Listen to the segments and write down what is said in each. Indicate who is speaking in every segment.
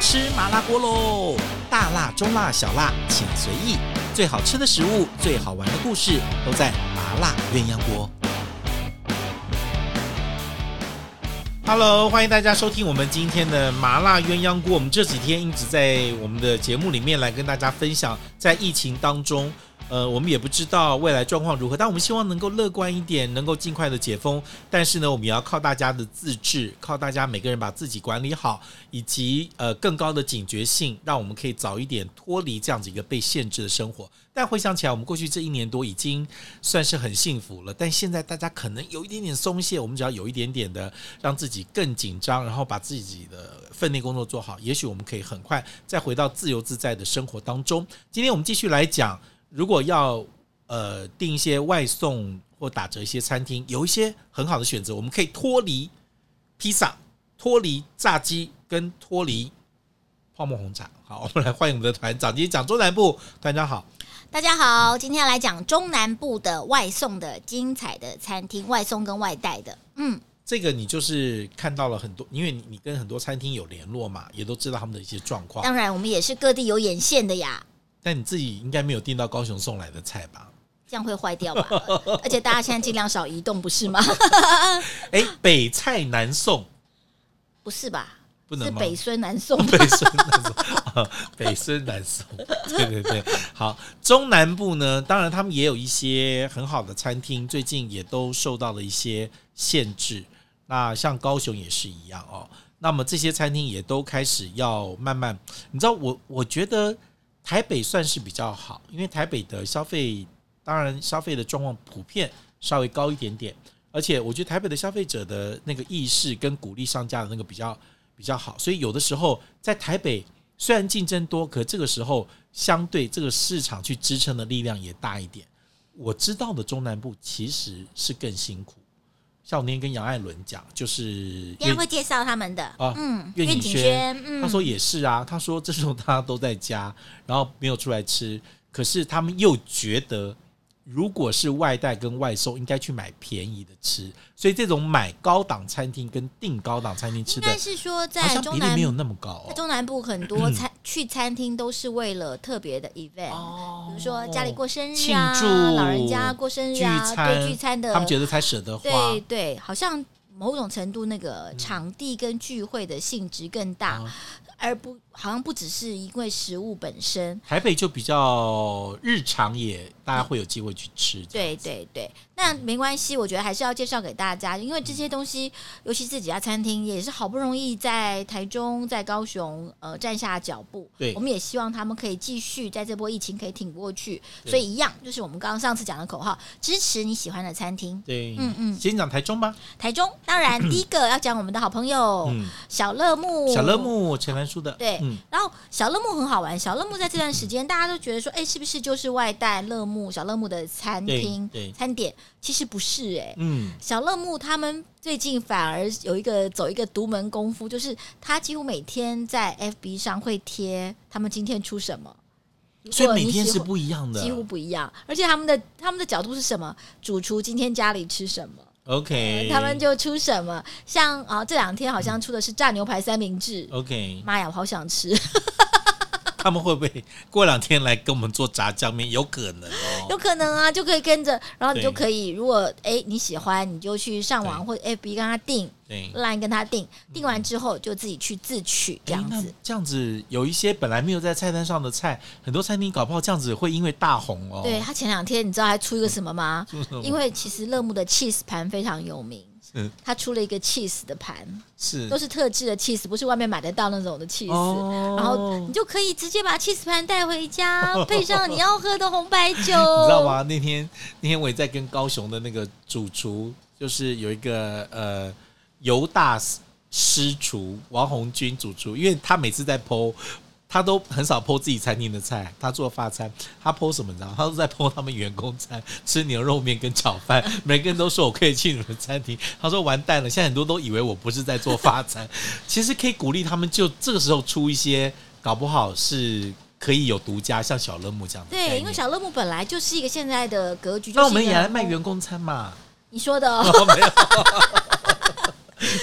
Speaker 1: 吃麻辣锅喽！大辣、中辣、小辣，请随意。最好吃的食物，最好玩的故事，都在麻辣鸳鸯锅。Hello，欢迎大家收听我们今天的麻辣鸳鸯锅。我们这几天一直在我们的节目里面来跟大家分享，在疫情当中，呃，我们也不知道未来状况如何，但我们希望能够乐观一点，能够尽快的解封。但是呢，我们也要靠大家的自制，靠大家每个人把自己管理好，以及呃更高的警觉性，让我们可以早一点脱离这样子一个被限制的生活。但回想起来，我们过去这一年多已经算是很幸福了，但现在大家可能有一点点松懈，我们只要有一点点的让自己更紧张，然后把自己的呃分内工作做好，也许我们可以很快再回到自由自在的生活当中。今天我们继续来讲，如果要呃订一些外送或打折一些餐厅，有一些很好的选择，我们可以脱离披萨、脱离炸鸡跟脱离泡沫红茶。好，我们来欢迎我们的团长，今天讲中南部，团长好。
Speaker 2: 大家好，今天要来讲中南部的外送的精彩的餐厅，外送跟外带的。嗯，
Speaker 1: 这个你就是看到了很多，因为你你跟很多餐厅有联络嘛，也都知道他们的一些状况。
Speaker 2: 当然我们也是各地有眼线的呀，
Speaker 1: 但你自己应该没有订到高雄送来的菜吧？
Speaker 2: 这样会坏 掉吧？而且大家现在尽量少移动，不是吗？
Speaker 1: 哎，
Speaker 2: 嗯
Speaker 1: 北菜南送
Speaker 2: 不是吧？
Speaker 1: 不
Speaker 2: 是
Speaker 1: 能吗？
Speaker 2: 北孙南送
Speaker 1: 北孙南送， 啊北孙南送， 对对对。好，中南部呢，当然他们也有一些很好的餐厅，最近也都受到了一些限制。那像高雄也是一样哦。那么这些餐厅也都开始要慢慢，你知道我我觉得台北算是比较好，因为台北的消费，当然消费的状况普遍稍微高一点点，而且我觉得台北的消费者的那个意识跟鼓励上架的那个比较比较好，所以有的时候在台北虽然竞争多，可这个时候相对这个市场去支撑的力量也大一点。我知道的中南部其实是更辛苦，像我那天跟杨爱伦讲，就是
Speaker 2: 今天会介绍他们的。
Speaker 1: 啊
Speaker 2: 嗯，
Speaker 1: 苑景
Speaker 2: 景
Speaker 1: 轩
Speaker 2: 轩，嗯，
Speaker 1: 他说也是啊，他说这时候大家都在家，然后没有出来吃，可是他们又觉得，如果是外带跟外送，应该去买便宜的吃，所以这种买高档餐厅跟订高档餐厅吃
Speaker 2: 应
Speaker 1: 的，
Speaker 2: 该是说
Speaker 1: 好
Speaker 2: 在
Speaker 1: 像
Speaker 2: 中
Speaker 1: 比例
Speaker 2: 南
Speaker 1: 没有那么高
Speaker 2: 在
Speaker 1: 哦。
Speaker 2: 中南部很多餐、去餐厅都是为了特别的 event，、
Speaker 1: 哦
Speaker 2: 比如说家里过生日
Speaker 1: 庆
Speaker 2: 啊，
Speaker 1: 祝
Speaker 2: 老人家过生日啊，
Speaker 1: 聚餐
Speaker 2: 对聚餐的
Speaker 1: 他们觉得才舍得花，
Speaker 2: 对对，好像某种程度那个场地跟聚会的性质更大，
Speaker 1: 啊
Speaker 2: 而不好像不只是因为食物本身。
Speaker 1: 台北就比较日常也大家会有机会去吃。
Speaker 2: 对对对，那没关系，我觉得还是要介绍给大家，因为这些东西，尤其自己家餐厅，也是好不容易在台中、在高雄呃站下脚步。
Speaker 1: 对
Speaker 2: 我们也希望他们可以继续在这波疫情可以挺过去。
Speaker 1: 对
Speaker 2: 所以一样，就是我们刚刚上次讲的口号：支持你喜欢的餐厅。
Speaker 1: 对，
Speaker 2: 嗯嗯
Speaker 1: 先讲台中吧。
Speaker 2: 台中 当然第一个要讲我们的好朋友、
Speaker 1: 嗯，
Speaker 2: 小乐木，
Speaker 1: 小乐木陈兰书的，
Speaker 2: 哦对
Speaker 1: 嗯，
Speaker 2: 然后小乐木很好玩，小乐木在这段时间，大家都觉得说，哎，是不是就是外带乐木小乐木的餐厅
Speaker 1: 对对
Speaker 2: 餐点？其实不是哎、
Speaker 1: 嗯，
Speaker 2: 小乐木他们最近反而有一个走一个独门功夫，就是他几乎每天在 FB 上会贴他们今天出什么，
Speaker 1: 所以
Speaker 2: 如果
Speaker 1: 每
Speaker 2: 你
Speaker 1: 天
Speaker 2: 喜
Speaker 1: 是
Speaker 2: 欢
Speaker 1: 不一样的，
Speaker 2: 几乎不一样。而且他们的他们的角度是什么？主厨今天家里吃什么？
Speaker 1: OK，
Speaker 2: 呃他们就出什么，像啊、这两天好像出的是炸牛排三明治，
Speaker 1: OK，
Speaker 2: 妈呀，我好想吃！
Speaker 1: 他们会不会过两天来跟我们做炸酱面？有可能哦。
Speaker 2: 有可能啊，就可以跟着，然后你
Speaker 1: 对
Speaker 2: 就可以，如果哎你喜欢，你就去上网
Speaker 1: 对
Speaker 2: 或者 FB 跟他订
Speaker 1: 对，
Speaker 2: ，Line 跟他订，订完之后就自己去自取这样
Speaker 1: 诶
Speaker 2: 子
Speaker 1: 那。这样子有一些本来没有在菜单上的菜，很多餐厅搞不好这样子会因为大红哦。
Speaker 2: 对，他前两天你知道还出一个什么吗？
Speaker 1: 出什么
Speaker 2: 因为其实乐木的 cheese 盘非常有名
Speaker 1: 嗯，
Speaker 2: 他出了一个 cheese 的盘，
Speaker 1: 是
Speaker 2: 都是特制的 cheese，不是外面买得到那种的 cheese。
Speaker 1: 哦
Speaker 2: 然后你就可以直接把 cheese 盘带回家， 配上你要喝的红白酒，
Speaker 1: 你
Speaker 2: 你知
Speaker 1: 知
Speaker 2: 道
Speaker 1: 道？吗？那天那天我也在跟高雄的那个主厨，就是有一个呃犹大师厨王红军主厨，因为他每次在剖。他都很少剖自己餐厅的菜，他做法餐，他剖什么你知道吗？他都在剖他们员工餐，吃牛肉面跟炒饭， 每个人都说我可以去你们餐厅，他说完蛋了，现在很多都以为我不是在做法餐，其实可以鼓励他们，就这个时候出一些，搞不好是可以有独家，像小乐木这样的概
Speaker 2: 对，
Speaker 1: 念
Speaker 2: 因为小乐木本来就是一个现在的格局，
Speaker 1: 那我们
Speaker 2: 就是一
Speaker 1: 也
Speaker 2: 个
Speaker 1: 来卖员工餐嘛？
Speaker 2: 你说的哦、
Speaker 1: 哦，没有，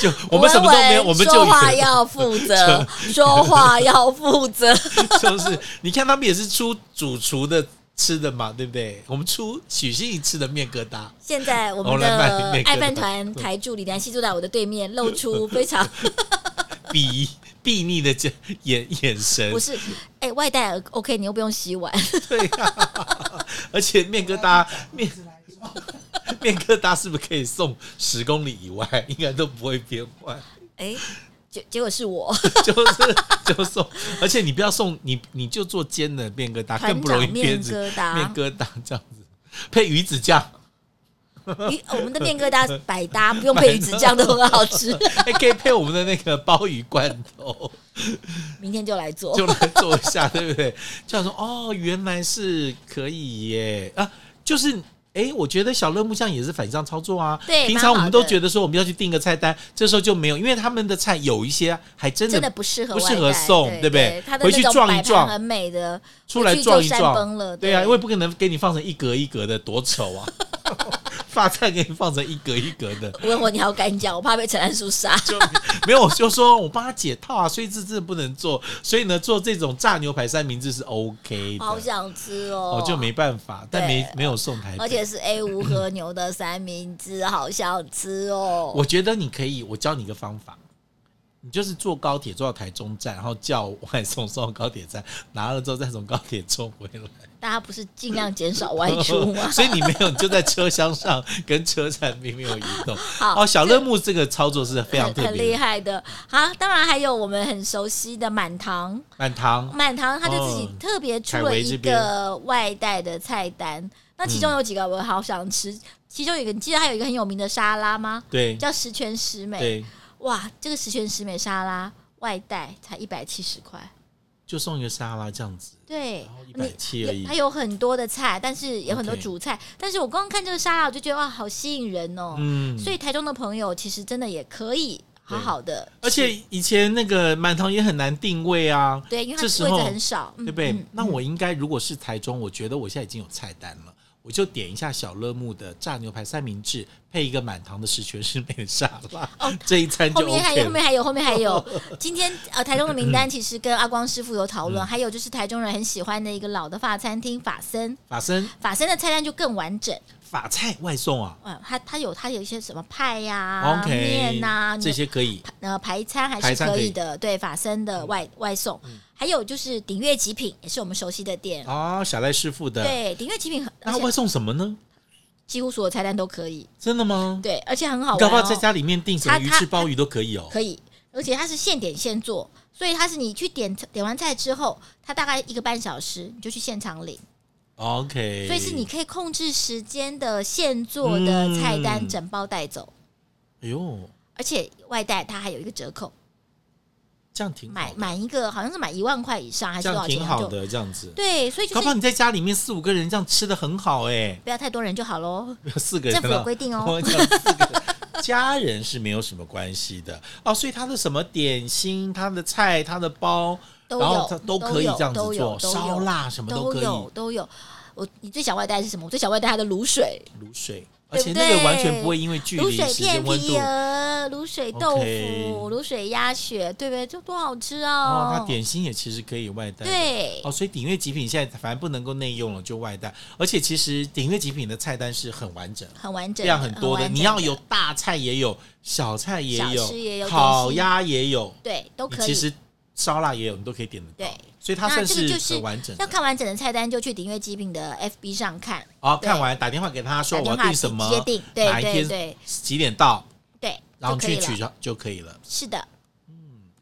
Speaker 1: 就我们什么都没有，
Speaker 2: 文文
Speaker 1: 我们
Speaker 2: 说
Speaker 1: 就
Speaker 2: 话
Speaker 1: 有
Speaker 2: 要负责，说话要负责。
Speaker 1: 就是你看他们也是出主厨的吃的嘛，对不对？我们出许心怡吃的面疙瘩，
Speaker 2: 现在我
Speaker 1: 偶
Speaker 2: 们
Speaker 1: 然卖
Speaker 2: 的
Speaker 1: 那个
Speaker 2: 爱饭团台柱李南希坐在我的对面，露出非常
Speaker 1: 鄙鄙睨的这眼眼神
Speaker 2: 不，是哎、外带 OK，你又不用洗碗，
Speaker 1: 对啊， 而且面疙瘩面 面疙瘩是不是可以送十公里以外？应该都不会变坏，
Speaker 2: 哎、结结果是我
Speaker 1: 就是就送，而且你不要送你你就做煎的面疙瘩，
Speaker 2: 团
Speaker 1: 更不容易
Speaker 2: 长
Speaker 1: 变
Speaker 2: 面
Speaker 1: 质。
Speaker 2: 疙
Speaker 1: 面
Speaker 2: 瘩，
Speaker 1: 疙瘩这样子，配鱼子酱，
Speaker 2: 鱼我们的面疙瘩百搭，不用配鱼子酱都很好吃，
Speaker 1: 还哎可以配我们的那个鲍鱼罐头，
Speaker 2: 明天就来做。
Speaker 1: 就来做一下，对不对？就想说哦，原来是可以耶啊，就是哎、诶我觉得小乐木匠也是反向操作啊。
Speaker 2: 对
Speaker 1: 平
Speaker 2: 蛮
Speaker 1: 常我
Speaker 2: 好
Speaker 1: 们都
Speaker 2: 的
Speaker 1: 觉得说我们要去订个菜单，这时候就没有，因为他们的菜有一些还真
Speaker 2: 真
Speaker 1: 的
Speaker 2: 的不适合
Speaker 1: 不
Speaker 2: 外
Speaker 1: 适
Speaker 2: 带，
Speaker 1: 合送
Speaker 2: 对
Speaker 1: 对不对
Speaker 2: 它的
Speaker 1: 回
Speaker 2: 那
Speaker 1: 去
Speaker 2: 种
Speaker 1: 撞一
Speaker 2: 摆盘
Speaker 1: 撞
Speaker 2: 很美的，
Speaker 1: 出来
Speaker 2: 回去
Speaker 1: 撞一
Speaker 2: 就
Speaker 1: 撞
Speaker 2: 山崩了。
Speaker 1: 对啊，因为不可能给你放成一格一格的，多丑啊！ 发菜给你放成一格一格的，
Speaker 2: 问我你好敢讲，我怕被陈安叔杀。
Speaker 1: 就没 有，我就说我帮他解套啊，所以这真的不能做，所以呢，做这种炸牛排三明治是 OK 的，
Speaker 2: 好想吃哦
Speaker 1: 哦，就没办法，但没没有送台北，
Speaker 2: 而且是 A 五和牛的三明治， 好想吃哦！
Speaker 1: 我觉得你可以，我教你一个方法，你就是坐高铁坐到台中站，然后叫外送送到高铁站，拿了之后再从高铁冲回来。
Speaker 2: 大家不是尽量减少外 出吗？
Speaker 1: 所以你没有，你就在车厢上跟车站并没有移 动。
Speaker 2: 好
Speaker 1: 哦，小乐木这个操作是非常
Speaker 2: 很
Speaker 1: 特
Speaker 2: 很
Speaker 1: 别
Speaker 2: 厉
Speaker 1: 的，
Speaker 2: 害的。好，当然还有我们很熟悉的满堂，
Speaker 1: 满堂
Speaker 2: 满堂他就自己
Speaker 1: 哦
Speaker 2: 特别出
Speaker 1: 凯
Speaker 2: 了
Speaker 1: 维这
Speaker 2: 一
Speaker 1: 边嗯
Speaker 2: 个外带的菜单，那其中有几个我好想吃，其中有一个你记得还有一个很有名的沙拉吗？
Speaker 1: 对
Speaker 2: 叫十全十美，
Speaker 1: 对，
Speaker 2: 哇，这个十全十美沙拉外带才一百七十块，
Speaker 1: 就送一个沙拉这样子。
Speaker 2: 对
Speaker 1: 然后，一百
Speaker 2: 你
Speaker 1: 七而已
Speaker 2: 也它有很多的菜，但是有很多主菜。但是我刚刚看这个沙拉，我就觉得哇，好吸引人哦。
Speaker 1: 嗯，
Speaker 2: 所以台中的朋友其实真的也可以好好的，
Speaker 1: 而且以前那个满堂也很难定位啊，
Speaker 2: 对，因为它
Speaker 1: 这
Speaker 2: 位
Speaker 1: 时
Speaker 2: 置
Speaker 1: 候
Speaker 2: 很少，嗯
Speaker 1: 对
Speaker 2: 对
Speaker 1: 不对？那我应该如果是台中，我觉得我现在已经有菜单了，我就点一下小乐木的炸牛排三明治，配一个满堂的十全十美的沙拉，
Speaker 2: 哦
Speaker 1: 这一餐
Speaker 2: 后
Speaker 1: 就
Speaker 2: 面还有，
Speaker 1: OK
Speaker 2: 后
Speaker 1: 了。
Speaker 2: 面还有，后面还有。今天呃，台中 的名单其实跟阿光师傅有讨
Speaker 1: 嗯
Speaker 2: 论，还有就是台中人很喜欢的一个老的法餐厅法森，
Speaker 1: 法生
Speaker 2: 法森的菜单就更完整。
Speaker 1: 法菜外送啊
Speaker 2: 嗯，它它有它有一些什么派呀、
Speaker 1: ，OK，
Speaker 2: 面啊呐、
Speaker 1: 这些可以。
Speaker 2: 呃排餐还
Speaker 1: 排
Speaker 2: 是
Speaker 1: 餐
Speaker 2: 可
Speaker 1: 可以嗯
Speaker 2: 以的，对法森的外外送，还有就是鼎悦极品也是我们熟悉的店，
Speaker 1: 哦，小赖师傅的，
Speaker 2: 对鼎悦极品很，而
Speaker 1: 那外
Speaker 2: 且
Speaker 1: 送什么呢？
Speaker 2: 几乎所有菜单都可以，
Speaker 1: 真的吗？
Speaker 2: 对，而且很好
Speaker 1: 你搞不好
Speaker 2: 玩、
Speaker 1: 在
Speaker 2: 哦，
Speaker 1: 家里面订什么
Speaker 2: 他
Speaker 1: 鱼
Speaker 2: 他
Speaker 1: 翅鲍鱼都可以哦。
Speaker 2: 可以，而且它是现点现做，所以它是你去点点完菜之后，它大概一个半小时你就去现场领，
Speaker 1: OK，
Speaker 2: 所以是你可以控制时间的现做的菜单整包带走，
Speaker 1: 哎呦，
Speaker 2: 而且外带它还有一个折扣，
Speaker 1: 这样挺好
Speaker 2: 买
Speaker 1: 的，
Speaker 2: 买一个好像是买一万块以上还是
Speaker 1: 这
Speaker 2: 多
Speaker 1: 样
Speaker 2: 少钱啊
Speaker 1: 挺好
Speaker 2: 就
Speaker 1: 的，这样子。
Speaker 2: 对，所以
Speaker 1: 搞
Speaker 2: 就
Speaker 1: 不好
Speaker 2: 是
Speaker 1: 你在家里面四五个人这样吃的很好哎、
Speaker 2: 不要太多人就好喽。
Speaker 1: 没有四个人啊
Speaker 2: 政府有规定哦
Speaker 1: 我讲四个人家人是没有什么关系的哦，所以他的什么点心、他的菜、他的包，
Speaker 2: 都
Speaker 1: 然后
Speaker 2: 有
Speaker 1: 他都可以
Speaker 2: 有
Speaker 1: 这样子
Speaker 2: 都有
Speaker 1: 做，
Speaker 2: 都有
Speaker 1: 烧腊什么
Speaker 2: 都
Speaker 1: 可
Speaker 2: 有
Speaker 1: 以，
Speaker 2: 都有。我你最想外带是什么？我最想外带它的卤水，
Speaker 1: 卤水，而
Speaker 2: 对
Speaker 1: 且
Speaker 2: 不
Speaker 1: 那个
Speaker 2: 对
Speaker 1: 完全不会因为距
Speaker 2: 卤
Speaker 1: 离、
Speaker 2: 水
Speaker 1: 时
Speaker 2: 片
Speaker 1: 间、温
Speaker 2: 皮啊
Speaker 1: 度。
Speaker 2: 鹅、卤水豆
Speaker 1: OK
Speaker 2: 腐、卤水鸭血，对不对？这多好吃哦！
Speaker 1: 哦，他点心也其实可以外带的。
Speaker 2: 对
Speaker 1: 哦，所以鼎悦极品现在反正不能够内用了，就外带。而且其实鼎悦极品的菜单是很完整，
Speaker 2: 很完整，呃
Speaker 1: 量很多的。
Speaker 2: 完整
Speaker 1: 你要有大菜也有，小菜也
Speaker 2: 小
Speaker 1: 有
Speaker 2: 吃也，有
Speaker 1: 烤
Speaker 2: 点心
Speaker 1: 鸭也有，
Speaker 2: 对都
Speaker 1: 你
Speaker 2: 可
Speaker 1: 其
Speaker 2: 以。
Speaker 1: 实哦烧腊也有，你都可以点得到
Speaker 2: 对。
Speaker 1: 所以它算
Speaker 2: 那这个就是
Speaker 1: 很完整的
Speaker 2: 要。看完整的菜单，就去鼎悦极品的 FB 上看，
Speaker 1: 哦，
Speaker 2: 对
Speaker 1: 看完打电话给他说
Speaker 2: 打
Speaker 1: 我要
Speaker 2: 电话
Speaker 1: 订什么
Speaker 2: 直接，定，对
Speaker 1: 哪一
Speaker 2: 对
Speaker 1: 天
Speaker 2: 对
Speaker 1: 几点到，
Speaker 2: 对，
Speaker 1: 然后
Speaker 2: 就
Speaker 1: 你
Speaker 2: 可以
Speaker 1: 去
Speaker 2: 了
Speaker 1: 取消就可以了。
Speaker 2: 是的，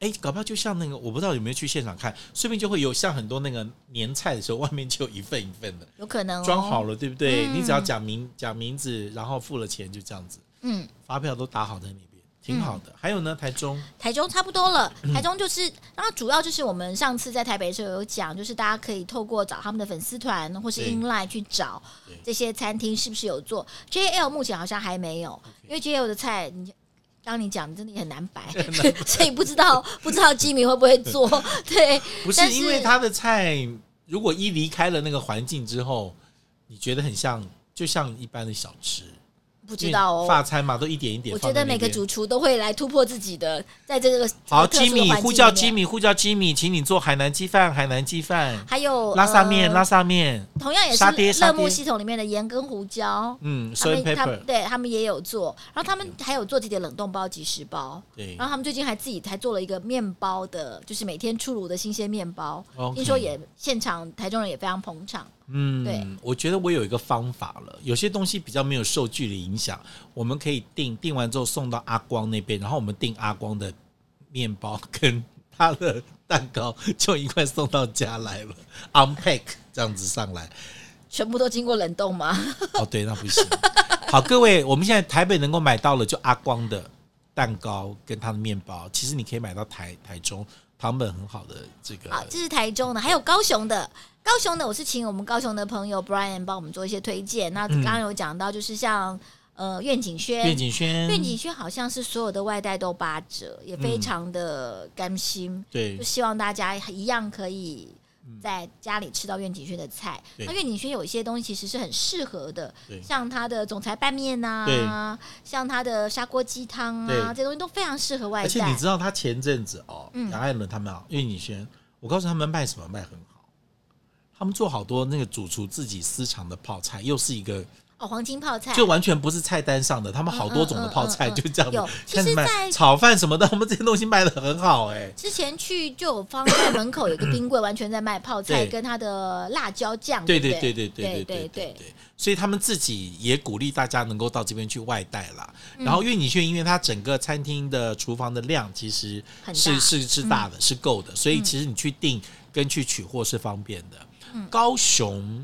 Speaker 1: 哎，搞不好就像那个，我不知道有没有去现场看，顺便就会有像很多那个年菜的时候，外面就有一份一份的
Speaker 2: 有可能哦
Speaker 1: 装好，了，对不对？
Speaker 2: 嗯
Speaker 1: 你只要讲名讲名字，然后付了钱就这样子，
Speaker 2: 嗯。
Speaker 1: 发票都打好在那边，挺好的。还有呢，台中
Speaker 2: 台中差不多了，
Speaker 1: 嗯
Speaker 2: 台中就是，然后主要就是我们上次在台北的时候有讲，就是大家可以透过找他们的粉丝团或是
Speaker 1: 对
Speaker 2: inline 去找
Speaker 1: 对
Speaker 2: 这些餐厅是不是有做 JL，目前好像还没有，因为 JL 的菜你。刚你讲，你真的也很难 摆， 所以不知道不知道吉米会不会做。对，
Speaker 1: 不
Speaker 2: 但
Speaker 1: 是
Speaker 2: 是
Speaker 1: 因为他的菜，如果一离开了那个环境之后，你觉得很像，就像一般的小吃，
Speaker 2: 不知道
Speaker 1: 因为
Speaker 2: 哦。
Speaker 1: 法餐嘛，都一点一点
Speaker 2: 我
Speaker 1: 放
Speaker 2: 觉
Speaker 1: 在
Speaker 2: 得
Speaker 1: 那边。
Speaker 2: 每个主厨都会来突破自己的，在这个
Speaker 1: 好
Speaker 2: 这个特殊的
Speaker 1: ，Jimmy
Speaker 2: 环境
Speaker 1: 呼叫
Speaker 2: 里面
Speaker 1: Jimmy 呼叫 Jimmy，请你做海南鸡饭，海南鸡饭，
Speaker 2: 还有
Speaker 1: 拉萨面，
Speaker 2: 呃
Speaker 1: 拉萨面，
Speaker 2: 同样也
Speaker 1: 沙爹
Speaker 2: 是
Speaker 1: 沙
Speaker 2: 乐
Speaker 1: 爹
Speaker 2: 木系统里面的盐跟胡椒，
Speaker 1: 嗯
Speaker 2: 他
Speaker 1: ，soy
Speaker 2: 们他
Speaker 1: pepper，
Speaker 2: 们对他们也有做，然后他们还有做自己的冷冻包、即食包，
Speaker 1: 对
Speaker 2: 然后他们最近还自己还做了一个面包的，就是每天出炉的新鲜面包
Speaker 1: OK
Speaker 2: 听说也现场台中人也非常捧场。对
Speaker 1: 嗯，我觉得我有一个方法了，有些东西比较没有受距离影响，我们可以订订完之后送到阿光那边，然后我们订阿光的面包跟他的蛋糕，就一块送到家来了，unpack 这样子上来。
Speaker 2: 全部都经过冷 冻吗？
Speaker 1: 哦，对，那不行。好，各位，我们现在台北能够买到了，就阿光的蛋糕跟他的面包，其实你可以买到台台中糖本很好的这个
Speaker 2: 好，啊这是台中的，还有高雄的。高雄的，我是请我们高雄的朋友 Brian 帮我们做一些推荐。那刚刚有讲到，就是像呃愿景轩，
Speaker 1: 愿嗯景轩，
Speaker 2: 愿景轩好像是所有的外带都八折，也非常的甘心，
Speaker 1: 对
Speaker 2: 就，希望大家一样可以在家里吃到愿景轩的菜。
Speaker 1: 对
Speaker 2: 那愿景轩有一些东西其实是很适合的
Speaker 1: 对，
Speaker 2: 像它的总裁拌面啊，像它的砂锅鸡汤
Speaker 1: 对
Speaker 2: 啊，这些东西都非常适合外
Speaker 1: 而且你
Speaker 2: 带。
Speaker 1: 知道他前阵子哦，
Speaker 2: 嗯
Speaker 1: 杨爱伦他们啊，愿景轩，我告诉他们卖什么卖很好，他们做好多那个主厨自己私藏的泡菜，又是一个
Speaker 2: 哦，黄金泡菜
Speaker 1: 就完全不是菜单上的，他们好多种的泡菜
Speaker 2: 嗯嗯嗯嗯
Speaker 1: 就这样
Speaker 2: 有
Speaker 1: 子
Speaker 2: 其
Speaker 1: 开
Speaker 2: 实
Speaker 1: 始卖
Speaker 2: 在
Speaker 1: 炒饭什么的，我们这些东西卖的很好哎，
Speaker 2: 之前去就有方在门口有个冰柜，完全在卖泡菜
Speaker 1: 对
Speaker 2: 跟它的辣椒酱，
Speaker 1: 对
Speaker 2: 对
Speaker 1: 对
Speaker 2: 不
Speaker 1: 对对对
Speaker 2: 对
Speaker 1: 对对
Speaker 2: 对
Speaker 1: 对对，所以他们自己也鼓励大家能够到这边去外带啦。然后愿景轩，因为它整个餐厅的厨房的量其实
Speaker 2: 很大
Speaker 1: 是是是大的，是够的，所以其实你去订跟去取货是方便的。高雄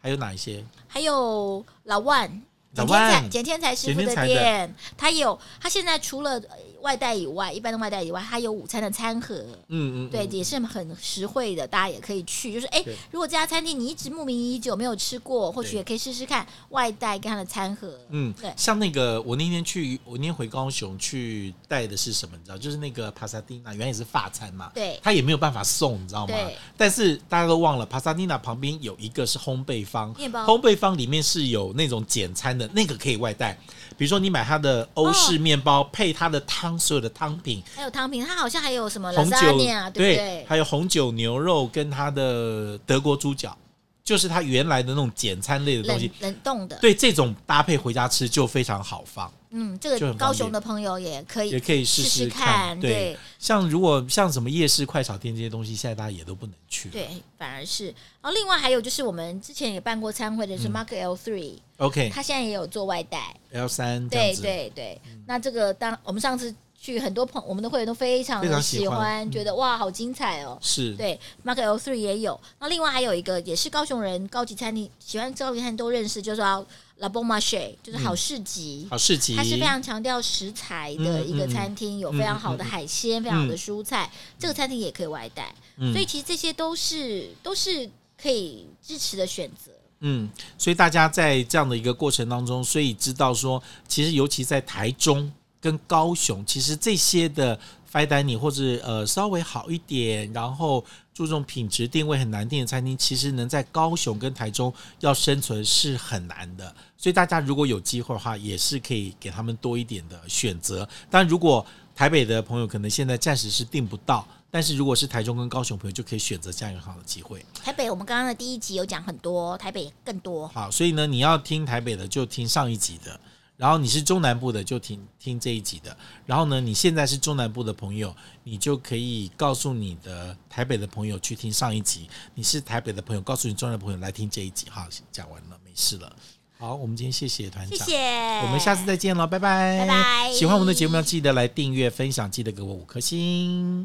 Speaker 1: 还有哪一些？
Speaker 2: 还有老万。
Speaker 1: 老
Speaker 2: 简
Speaker 1: 万
Speaker 2: 天才简天才师傅
Speaker 1: 简天才
Speaker 2: 的
Speaker 1: 的
Speaker 2: 店，他有他现在除了呃外带以外，一般的外带以外，他有午餐的餐盒，
Speaker 1: 嗯嗯，
Speaker 2: 对，
Speaker 1: 嗯
Speaker 2: 也是很实惠的，大家也可以去。就是哎
Speaker 1: 对，
Speaker 2: 如果这家餐厅你一直慕名已久没有吃过，或许
Speaker 1: 对
Speaker 2: 也可以试试看外带跟他的餐盒。
Speaker 1: 嗯
Speaker 2: 对，
Speaker 1: 像那个我那天去，我那天回高雄去带的是什么？你知道，就是那个帕萨蒂娜，原来也是法餐嘛，
Speaker 2: 对
Speaker 1: 他也没有办法送，你知道吗
Speaker 2: 对？
Speaker 1: 但是大家都忘了，帕萨蒂娜旁边有一个是烘焙坊，
Speaker 2: 面包
Speaker 1: 烘焙坊里面是有那种简餐的，那个可以外带，比如说你买它的
Speaker 2: 哦
Speaker 1: 欧式面包、配它的汤，所有的汤品，
Speaker 2: 还有汤品，他好像还有什么
Speaker 1: 红酒
Speaker 2: lasagna，啊，对不对？
Speaker 1: 还有红酒牛肉跟它的德国猪脚，就是它原来的那种简餐类的东
Speaker 2: 冷
Speaker 1: 西。
Speaker 2: 冷冻的，
Speaker 1: 对这种搭配回家吃就非常好放。
Speaker 2: 嗯，这
Speaker 1: 就
Speaker 2: 个
Speaker 1: 很方
Speaker 2: 高
Speaker 1: 便
Speaker 2: 雄的朋友也可以
Speaker 1: 也可以试
Speaker 2: 试
Speaker 1: 试
Speaker 2: 看，
Speaker 1: 对
Speaker 2: 对，
Speaker 1: 像如果像什么夜市、快炒店这些东西，现在大家也都不能去。
Speaker 2: 对，反而是。然后另外还有就是我们之前也办过参会的
Speaker 1: 嗯
Speaker 2: 是 Mark L Three，
Speaker 1: ，OK，
Speaker 2: 他现在也有做外带，
Speaker 1: L 三这样
Speaker 2: 对
Speaker 1: 子，嗯
Speaker 2: 对对。那这个当我们上次去，很多朋我们的会员都非常
Speaker 1: 非常
Speaker 2: 的
Speaker 1: 喜
Speaker 2: 喜
Speaker 1: 欢嗯
Speaker 2: 欢，觉得哇好精彩哦。
Speaker 1: 是，
Speaker 2: 对，Mark L Three 也有。那另外还有一个也是高雄人高级餐厅，喜欢高级餐厅都认识，就是叫 La Bon Marché，就是好市集。
Speaker 1: 嗯好市集，嗯
Speaker 2: 它是非常强调食材的一个餐厅，有非常好的海鲜，非常好的蔬菜，这个餐厅也可以外带，
Speaker 1: 嗯
Speaker 2: 所以其实这些都是都是可以支持的选择。
Speaker 1: 嗯，所以大家在这样的一个过程当中，所以知道说，其实尤其在台中跟高雄，其实这些的 fine dining 或者呃稍微好一点，然后注重品质定位很难定的餐厅，其实能在高雄跟台中要生存是很难的。所以大家如果有机会的话，也是可以给他们多一点的选择。但如果台北的朋友可能现在暂时是订不到，但是如果是台中跟高雄朋友，就可以选择这样一个好的机会。
Speaker 2: 台北，我们刚刚的第一集有讲很多，台北也更多。
Speaker 1: 好，所以呢，你要听台北的就听上一集的，然后你是中南部的就听听这一集的，然后呢，你现在是中南部的朋友，你就可以告诉你的台北的朋友去听上一集，你是台北的朋友，告诉你中南部朋友来听这一集。好，讲完了，没事了。好，我们今天谢谢团
Speaker 2: 谢
Speaker 1: 长，
Speaker 2: 谢，
Speaker 1: 我
Speaker 2: 我
Speaker 1: 们下次再见了，拜拜，
Speaker 2: 拜拜
Speaker 1: 喜欢我们的节目要记得来订阅、分享，记得给我五颗星。